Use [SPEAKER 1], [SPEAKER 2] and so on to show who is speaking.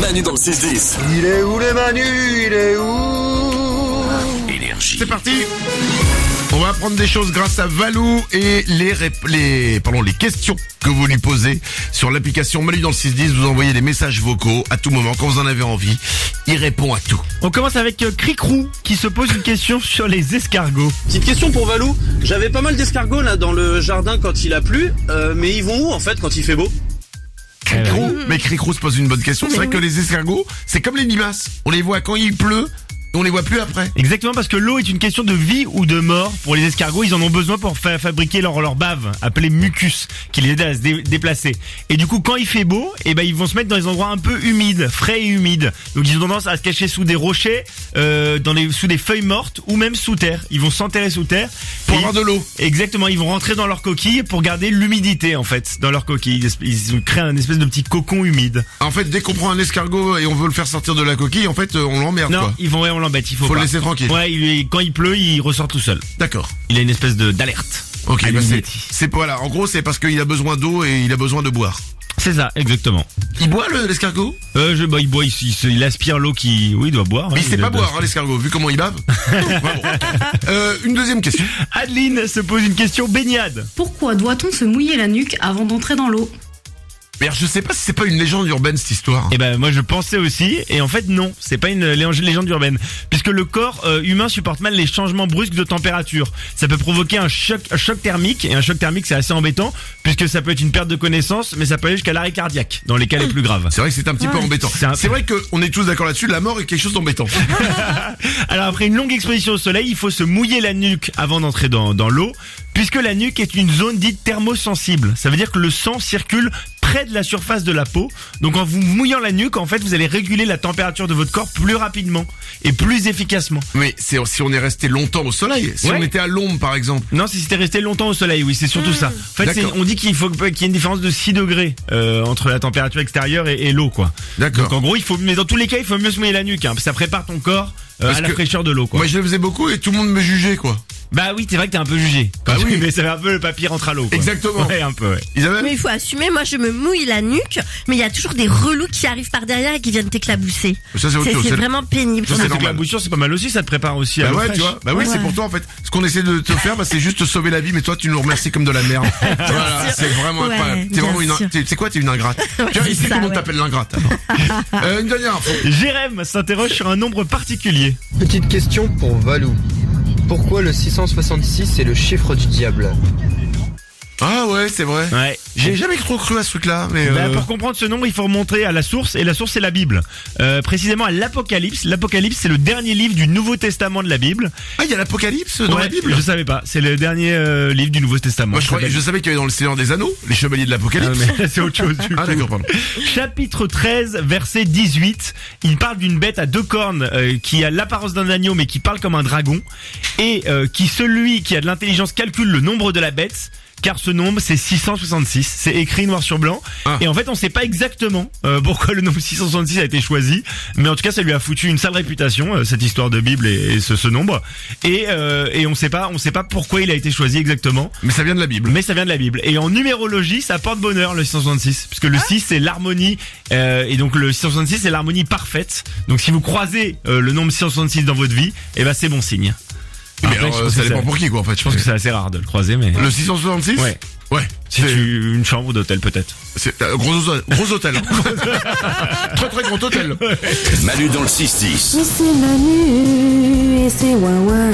[SPEAKER 1] Manu dans le 6-10.
[SPEAKER 2] Il est où le Manu Il est où
[SPEAKER 1] Énergie.
[SPEAKER 3] C'est parti on va apprendre des choses grâce à Valou et les, rép- les, pardon, les questions que vous lui posez sur l'application Manu dans le 610. Vous envoyez des messages vocaux à tout moment quand vous en avez envie. Il répond à tout.
[SPEAKER 4] On commence avec euh, Cricrou qui se pose une question sur les escargots.
[SPEAKER 5] Petite question pour Valou. J'avais pas mal d'escargots là dans le jardin quand il a plu, euh, mais ils vont où en fait quand il fait beau
[SPEAKER 3] Cricrou, mais Cricrou se pose une bonne question. C'est vrai que les escargots, c'est comme les limaces. On les voit quand il pleut, et on les voit plus après.
[SPEAKER 4] Exactement parce que l'eau est une question de vie ou de mort pour les escargots. Ils en ont besoin pour fa- fabriquer leur, leur bave, appelée mucus, qui les aide à se dé- déplacer. Et du coup, quand il fait beau, eh ben, ils vont se mettre dans des endroits un peu humides, frais et humides. Donc ils ont tendance à se cacher sous des rochers, euh, dans les, sous des feuilles mortes ou même sous terre. Ils vont s'enterrer sous terre.
[SPEAKER 3] Pour
[SPEAKER 4] Et-
[SPEAKER 3] avoir de l'eau.
[SPEAKER 4] Exactement, ils vont rentrer dans leur coquille pour garder l'humidité en fait, dans leur coquille. Ils, ils créent un espèce de petit cocon humide.
[SPEAKER 3] En fait, dès qu'on prend un escargot et on veut le faire sortir de la coquille, en fait, euh, on l'emmerde,
[SPEAKER 4] Non,
[SPEAKER 3] quoi.
[SPEAKER 4] ils vont, ouais, on l'embête, il faut,
[SPEAKER 3] Faut le
[SPEAKER 4] pas.
[SPEAKER 3] laisser tranquille.
[SPEAKER 4] Ouais, il- quand il pleut, il ressort tout seul.
[SPEAKER 3] D'accord.
[SPEAKER 4] Il a une espèce de d'alerte.
[SPEAKER 3] Ok,
[SPEAKER 4] à
[SPEAKER 3] bah c'est,
[SPEAKER 4] l'humidité.
[SPEAKER 3] c'est, voilà. En gros, c'est parce qu'il a besoin d'eau et il a besoin de boire.
[SPEAKER 4] c'est ça, exactement.
[SPEAKER 3] Il boit le, l'escargot
[SPEAKER 4] Euh, je, bah, il boit, il, il- il aspire l'eau qui, oui, il doit boire.
[SPEAKER 3] Mais
[SPEAKER 4] hein,
[SPEAKER 3] il sait pas
[SPEAKER 4] doit-
[SPEAKER 3] boire, hein, l'escargot, vu comment il bave. Enfin, bon. Euh, une deuxième question.
[SPEAKER 4] Adeline se pose une question baignade.
[SPEAKER 6] Pourquoi doit-on se mouiller la nuque avant d'entrer dans l'eau
[SPEAKER 3] Merde, je sais pas si c'est pas une légende urbaine, cette histoire.
[SPEAKER 4] Eh ben moi je pensais aussi et en fait non, c'est pas une lég- légende urbaine puisque le corps euh, humain supporte mal les changements brusques de température. Ça peut provoquer un choc un choc thermique et un choc thermique c'est assez embêtant puisque ça peut être une perte de connaissance mais ça peut aller jusqu'à l'arrêt cardiaque dans les cas les plus graves.
[SPEAKER 3] C'est vrai que c'est un petit peu embêtant.
[SPEAKER 4] C'est un-
[SPEAKER 3] C'est vrai qu'on est tous d'accord là-dessus, la mort est quelque chose d'embêtant.
[SPEAKER 4] Alors après une longue exposition au soleil, il faut se mouiller la nuque avant d'entrer dans, dans l'eau, puisque la nuque est une zone dite thermosensible. Ça veut dire que le sang circule près de la surface de la peau. Donc en vous mouillant la nuque, en fait, vous allez réguler la température de votre corps plus rapidement et plus efficacement.
[SPEAKER 3] Mais c'est, si on est resté longtemps au soleil, si
[SPEAKER 4] Ouais.
[SPEAKER 3] on était à l'ombre par exemple.
[SPEAKER 4] Non, si c'était resté longtemps au soleil, oui, c'est surtout ça. En fait, c'est-
[SPEAKER 3] Hmm. D'accord.
[SPEAKER 4] on dit qu'il faut que- qu'il y ait une différence de 6 degrés euh, entre la température extérieure et, et l'eau, quoi.
[SPEAKER 3] D'accord.
[SPEAKER 4] Donc en gros, il faut, mais dans tous les cas, il faut mieux se mouiller la nuque, hein, parce que ça prépare ton corps euh,
[SPEAKER 3] Parce
[SPEAKER 4] à la
[SPEAKER 3] que-
[SPEAKER 4] fraîcheur de l'eau, quoi.
[SPEAKER 3] Moi je le faisais beaucoup et tout le monde me jugeait quoi.
[SPEAKER 4] Bah oui, c'est vrai que t'es un peu jugé.
[SPEAKER 3] Bah
[SPEAKER 4] Quand
[SPEAKER 3] oui.
[SPEAKER 4] tu- mais ça fait un peu le papier rentre à l'eau. quoi.
[SPEAKER 3] Exactement.
[SPEAKER 4] Ouais, un peu. ouais.
[SPEAKER 3] Isabelle
[SPEAKER 7] Mais il faut assumer, moi je me mouille la nuque, mais il y a toujours des relous qui arrivent par derrière et qui viennent t'éclabousser.
[SPEAKER 3] Ça
[SPEAKER 8] Ah
[SPEAKER 3] c'est autre
[SPEAKER 7] C'est
[SPEAKER 3] chose.
[SPEAKER 7] c'est
[SPEAKER 3] c'est-
[SPEAKER 7] vraiment pénible.
[SPEAKER 3] Ça, c'est
[SPEAKER 4] Parce que la
[SPEAKER 3] normal.
[SPEAKER 4] bouchure, c'est pas mal aussi, ça te prépare aussi à
[SPEAKER 3] Bah
[SPEAKER 4] l'eau
[SPEAKER 3] ouais, tu
[SPEAKER 4] fraîche.
[SPEAKER 3] vois. Bah oui, c'est
[SPEAKER 7] Ouais.
[SPEAKER 3] pour toi en fait. Ce qu'on essaie de te faire, bah, c'est juste te sauver la vie, mais toi tu nous remercies comme de la merde. voilà, c'est vraiment
[SPEAKER 7] Ouais,
[SPEAKER 3] incroyable. T'es
[SPEAKER 7] bien
[SPEAKER 3] vraiment une.
[SPEAKER 7] sûr.
[SPEAKER 3] t'es- C'est quoi T'es une ingrate. tu vois,
[SPEAKER 7] c'est
[SPEAKER 3] ici
[SPEAKER 7] ça,
[SPEAKER 3] tout le monde
[SPEAKER 7] ouais.
[SPEAKER 3] t'appelle l'ingrate. alors. euh, une dernière info.
[SPEAKER 4] Jérém s'interroge sur un nombre particulier.
[SPEAKER 9] Petite question pour Valou. Pourquoi le 666 est le chiffre du diable
[SPEAKER 3] Ah ouais, c'est vrai.
[SPEAKER 4] Ouais.
[SPEAKER 3] J'ai jamais trop cru à ce truc-là, mais.
[SPEAKER 4] Bah,
[SPEAKER 3] euh,
[SPEAKER 4] pour comprendre ce nombre, il faut remonter à la source, et la source c'est la Bible. Euh, précisément à l'Apocalypse. L'Apocalypse, c'est le dernier livre du Nouveau Testament de la Bible.
[SPEAKER 3] Ah, il y a l'Apocalypse dans
[SPEAKER 4] Ouais,
[SPEAKER 3] la Bible.
[SPEAKER 4] Je savais pas. C'est le dernier euh, livre du Nouveau Testament.
[SPEAKER 3] Moi, je, croyais- je savais qu'il y avait dans le Seigneur des Anneaux les Chevaliers de
[SPEAKER 4] Ah,
[SPEAKER 3] l'Apocalypse.
[SPEAKER 4] mais c'est autre chose du
[SPEAKER 3] Ah
[SPEAKER 4] coup.
[SPEAKER 3] d'accord, pardon.
[SPEAKER 4] Chapitre 13, verset 18. Il parle d'une bête à deux cornes euh, qui a l'apparence d'un agneau mais qui parle comme un dragon et euh, qui celui qui a de l'intelligence calcule le nombre de la bête car ce nombre c'est 666. C'est écrit noir sur blanc
[SPEAKER 3] Ah.
[SPEAKER 4] et en fait on sait pas exactement euh, pourquoi le nombre 666 a été choisi mais en tout cas ça lui a foutu une sale réputation euh, cette histoire de Bible et, et ce, ce nombre et, euh, et on sait pas on sait pas pourquoi il a été choisi exactement
[SPEAKER 3] Mais ça vient de la Bible.
[SPEAKER 4] mais ça vient de la Bible. Et en numérologie, ça porte bonheur le 666, puisque le 6 c'est l'harmonie, euh, et donc le 666 c'est l'harmonie parfaite. Donc si vous croisez euh, le nombre 666 dans votre vie, eh ben c'est bon signe.
[SPEAKER 3] Mais
[SPEAKER 4] Après,
[SPEAKER 3] alors,
[SPEAKER 4] Ah, je pense
[SPEAKER 3] ça
[SPEAKER 4] que
[SPEAKER 3] dépend
[SPEAKER 4] c'est-
[SPEAKER 3] pour qui quoi en fait.
[SPEAKER 4] Je pense que c'est assez rare de le croiser, mais
[SPEAKER 3] Le 666
[SPEAKER 4] Ouais.
[SPEAKER 3] Ouais.
[SPEAKER 4] si
[SPEAKER 3] C'est-
[SPEAKER 4] tu une chambre d'hôtel peut-être.
[SPEAKER 3] C'est un gros, hôtel- gros hôtel. hein. très très gros hôtel.
[SPEAKER 1] Manu dans le 6-10.
[SPEAKER 8] Et c'est Manu et c'est Wawa.